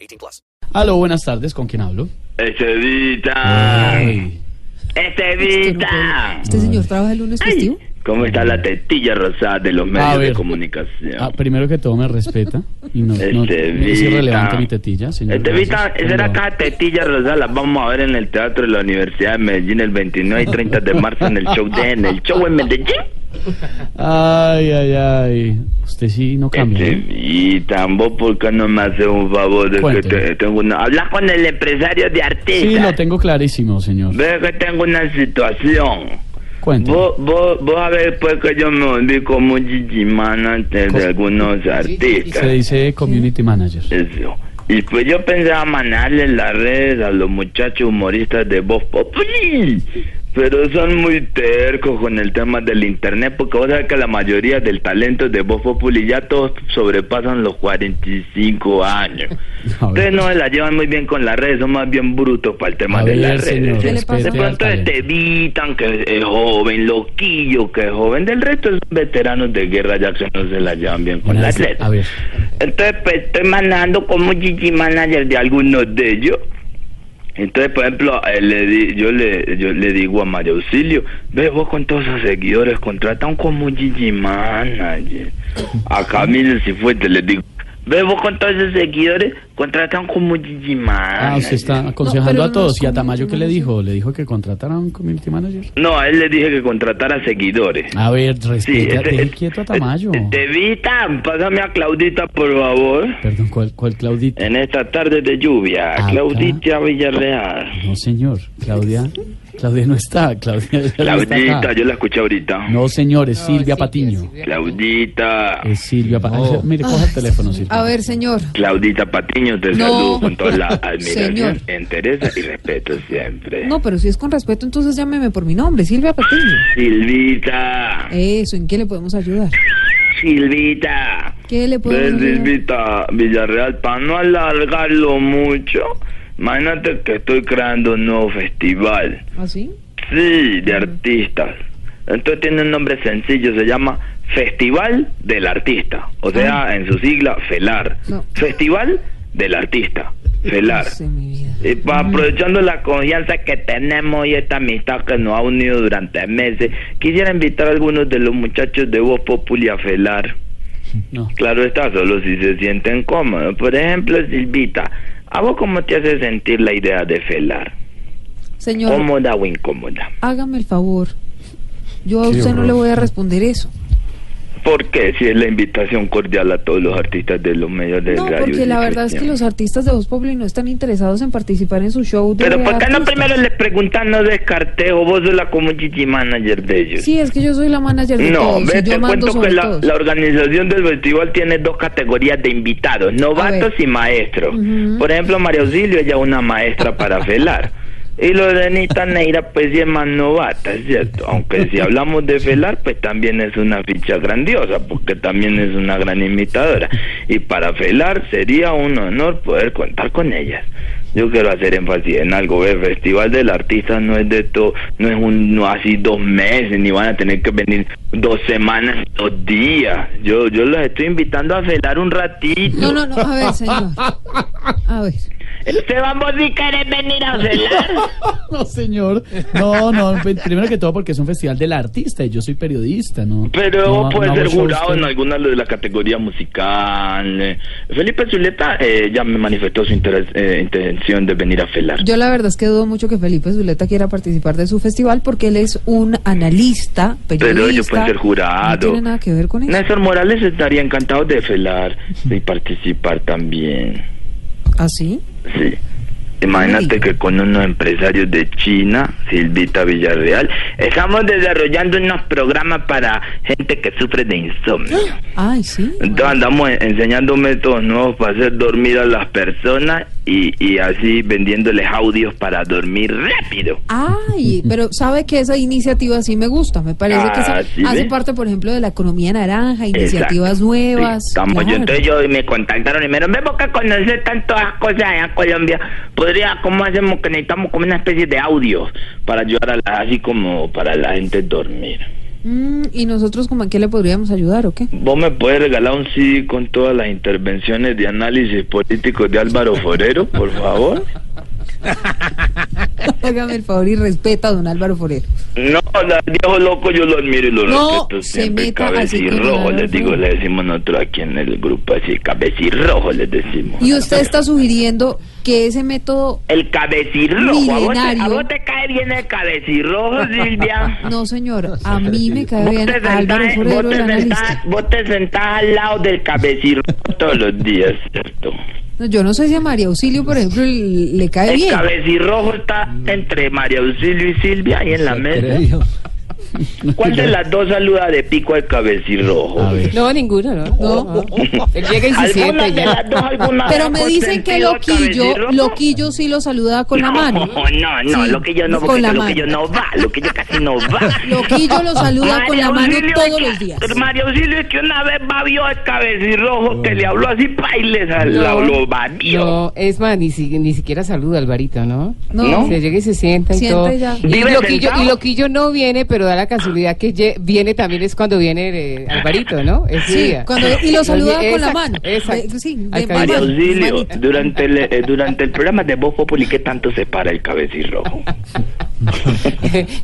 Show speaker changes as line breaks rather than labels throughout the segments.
18 plus.
Aló, buenas tardes, ¿con quién hablo?
Estevita,
Ay,
Estevita,
¿Este señor trabaja el lunes festivo?
¿cómo está la tetilla rosada de los medios de
ver. ah,
comunicación?
primero que todo me respeta y no, no- es
Estevita.
irrelevante mi tetilla, señor.
Estevita,
Gracias.
esa era
Perdón.
acá tetilla rosada, la vamos a ver en el Teatro de la Universidad de Medellín el 29 y 30 de marzo en el show de en el show en Medellín.
Ay, ay, ay, usted sí no cambia. ¿eh?
Estevita, vos por qué no me haces un favor de que
Cuénteme.
te- tengo una... Habla con el empresario de
Sí, lo
artistas.
tengo clarísimo, señor.
Ve que tengo una situación.
Cuénteme.
Vos, vos, vos a ver, pues que yo me volví como un Gigi Manager de
Cosa-
algunos
Se
artistas.
dice community manager.
Eso. Y pues yo pensaba mandarle las redes a los muchachos humoristas de Voz Populi. Pero son muy tercos con el tema del internet, porque vos sabés que la mayoría del talento de Voz Populi ya todos sobrepasan los 45 años.
A ver.
Ustedes no se la llevan muy bien con las redes, son más bien brutos para el tema
A
de
ver,
las redes.
señor,
¿Qué le
respete
De
pasa?
al
pronto
talento.
te evitan que es joven, loquillo, que es joven. Del resto, son veteranos de guerra ya que no se la llevan bien con
Una
las
vez-
redes.
A ver,
Entonces, pues estoy mandando como Gigi Manager de algunos de ellos. Entonces, por ejemplo, eh, le di- yo, le, yo le digo a Mario Auxilio, ve vos con todos sus seguidores, contrata un como Gigi Manager. A Camilo Cifuentes le digo, ve vos con todos sus seguidores, contrata un como Gigi Manager.
ah, usted está aconsejando
pero
a
no
todos.
es
¿Y a Tamayo
community
qué le
manager.
dijo? ¿Le dijo que contratara a un community manager?
No, a él le dije que contratara seguidores.
A ver, respeta,
este-
deje
este-
quieto a Tamayo.
este- Estevita, pásame a Claudita, por favor.
Perdón, ¿cuál, cuál Claudita?
En esta tarde de lluvia,
Acá.
Claudita Villarreal.
No, señor. Claudia, Claudia no está. Claudia ya no está
Claudita,
acá.
yo la escuché ahorita.
No, señor, es Silvia Patiño.
Claudita.
Es Silvia Patiño. Mire, coja el teléfono, Silvia.
A ver, señor.
Claudita Patiño, te
No.
saludo con toda la admiración,
Señor.
entereza y respeto siempre.
No, pero si es con respeto, entonces llámeme por mi nombre, Silvia Patiño.
Silvita,
Eso, ¿en qué le podemos ayudar?
Silvita.
¿Qué
Ve,
le podemos ayudar?
Silvita Villarreal, para no alargarlo mucho, imagínate que estoy creando un nuevo festival.
¿Así?
Sí, de artistas. Entonces tiene un nombre sencillo, se llama Festival del Artista. O sea, en su sigla, FELAR.
No.
Festival del Artista, FELAR.
mi vida.
Y pa- aprovechando la confianza que tenemos y esta amistad que nos ha unido durante meses, quisiera invitar a algunos de los muchachos de Voz Populi a FELAR.
No.
Claro está, solo si se sienten cómodos. Por ejemplo, Silvita, ¿a vos cómo te hace sentir la idea de FELAR?
Señor,
¿Cómoda o incómoda?
hágame el favor. Yo a
Qué
usted no le
horror.
voy a responder eso.
Porque si es la invitación cordial a todos los artistas de los medios de
No,
radio.
porque la
sí,
verdad es que
Cristian.
los artistas de Voz Populi no están interesados en participar en su show de
Pero ¿por qué no
artistas.
primero les preguntan, no descarteo, vos sos la community manager de ellos?
Sí, es que yo soy la manager de
No,
todos. y
ve,
yo
te
mando
cuento
sobre
que la,
todos.
la organización del festival tiene dos categorías de invitados, novatos y maestros. Por ejemplo, María Auxilio, ella es una maestra para velar. Y Lorenita Neira, pues sí es más novata, es ¿cierto? Aunque si hablamos de velar, pues también es una ficha grandiosa, porque también es una gran invitadora. Y para velar sería un honor poder contar con ellas. Yo quiero hacer énfasis en algo, el Festival del Artista no es de todo, no es un, no así dos meses, ni van a tener que venir dos semanas, dos días. Yo, yo los estoy invitando a velar un ratito.
No, no, no, a ver, señor. A ver.
Esteban, vos si querés venir a velar.
No, señor. No, no. pe- Primero que todo, porque es un festival del artista y yo soy periodista, ¿no?
Pero
no,
vos puedes
no
ser
hago shows,
jurado en
pero-
alguna de las categorías musicales. Eh, Felipe Zuleta eh, ya me manifestó su interés- eh, intención de venir a velar.
Yo la verdad es que dudo mucho que Felipe Zuleta quiera participar de su festival porque él es un analista, periodista.
Pero ellos pueden ser
No
jurados.
tiene nada que ver con eso.
Néstor Morales estaría encantado de velar y participar también.
¿Ah, sí?
Sí. Imagínate que con unos empresarios de China, Silvita Villarreal, estamos desarrollando unos programas para gente que sufre de insomnio.
Ay, sí.
Entonces andamos en- enseñando métodos nuevos para hacer dormir a las personas y, y así vendiéndoles audios para dormir rápido.
Ay, pero sabe que esa iniciativa sí me gusta, me parece que esa
Ah, sí,
hace
¿ve?
parte, por ejemplo, de la economía naranja, iniciativas
Exacto.
nuevas.
Sí, estamos-
claro.
yo, entonces yo y me contactaron y me dijeron, vemos que conocer tantas cosas allá en Colombia, podría, ¿cómo hacemos que necesitamos como una especie de audio para ayudar a la, así como para la gente dormir?
Mm, ¿Y nosotros como en qué le podríamos ayudar o qué?
¿Vos me puedes regalar un CD con todas las intervenciones de análisis políticos de Álvaro Forero, por favor?
Hágame el favor y respeta a don Álvaro Forero.
No, la viejo loco yo lo admiro y lo
No,
respeto
se
siempre,
meta así con
cabecirrojo,
Álvaro
les digo,
Forero.
le decimos nosotros aquí en el grupo así, cabecirrojo les decimos.
Y usted está sugiriendo que ese método...
El cabecirrojo, ¿a vos, te,
Milenario.
a vos te cae bien el cabecirrojo, Silvia?
No, señor, a mí me cae
Vos te
bien Álvaro
sentás- vos
Forero,
te
el
sentás-
analista.
vos te sentás al lado del cabecirrojo todos los días, ¿cierto?
No, yo no sé si a María Auxilio, por ejemplo, le, le cae
El
bien.
cabecirrojo está entre María Auxilio y Silvia ahí en la mesa.
Creo.
¿Cuál de las dos saluda de pico al cabecirrojo?
A ver.
No, ninguno, ¿no?
No.
Él llega y se
Alguna
siente y
de
ya.
las dos, alguna
Pero
vez
me
con
dicen que
sentido
Loquillo,
cabecirrojo?
Loquillo sí lo saluda con la
No,
mano.
No, no,
Sí,
lo que yo no,
con
porque
la
lo que yo
mano.
no va, lo que yo casi no va.
Loquillo lo saluda con la mano
Auxilio
todos
es que-
los días.
María Auxilio es que una vez babió el cabecirrojo que le habló así pailes al lado, lo babió.
no, es más, ni, si- ni siquiera saluda Alvarito, ¿no?
No.
Se llega y se sienta y
Siente
todo.
ya.
Y
Vive
Loquillo,
sentado.
y Loquillo no viene, pero da la casualidad que ye- viene también es cuando viene eh, Alvarito, ¿no? Ese
Sí,
día.
cuando, y lo saluda
Exacto,
con la mano.
exacto.
Eh, sí,
Al
de
cabello.
María
mano,
Auxilio,
manito.
durante el, eh, durante el programa de Voz Populi, ¿qué tanto se para el cabecirrojo?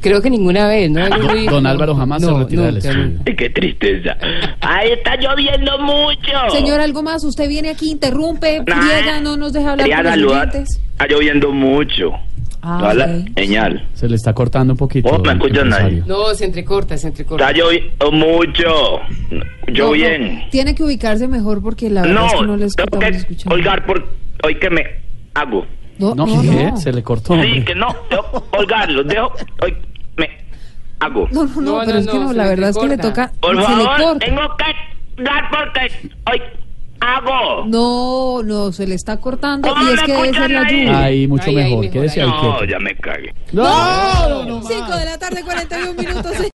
Creo que ninguna vez, ¿no? Algo muy-
Don Álvaro jamás
No,
se retira del
nunca,
estudio.
nunca.
Ay, ¡Qué tristeza! ¡Ahí está lloviendo mucho!
Señor, algo más. Usted viene aquí, interrumpe,
Nah.
friega, no nos deja hablar
Quería
con los
saludar.
oyentes.
Está lloviendo mucho.
Ah,
Toda la
ok.
señal.
Se le está cortando un poquito.
Oh, me
el
escuchan ahí.
empresario.
No, se entrecorta, se entrecorta.
Está lloviendo mucho.
No, no,
Lloviendo.
tiene que ubicarse mejor porque la verdad
No,
es que no
tengo
le escuchamos
que
escuchar.
colgar por... Hoy que me hago.
No,
No,
no,
¿qué?
no.
Se le cortó.
Sí,
hombre.
que no. Dejo colgarlo. Dejo... Hoy me hago.
No, no, no,
No,
pero
no,
es que
no,
no,
se
la
le
verdad es que le
corta.
toca.
Por
se le
favor,
corta.
tengo que dar porque hoy hago.
No, no, se le está cortando
¿Cómo
y es
me
que debe ser la
escuchan ahí?
lluvia.
Ahí mucho
Ahí, ahí
mejor.
mejor,
Quédese
ahí.
ahí
No,
quieto.
ya me cagué.
No, no, no.
5 de la tarde, 41 minutos.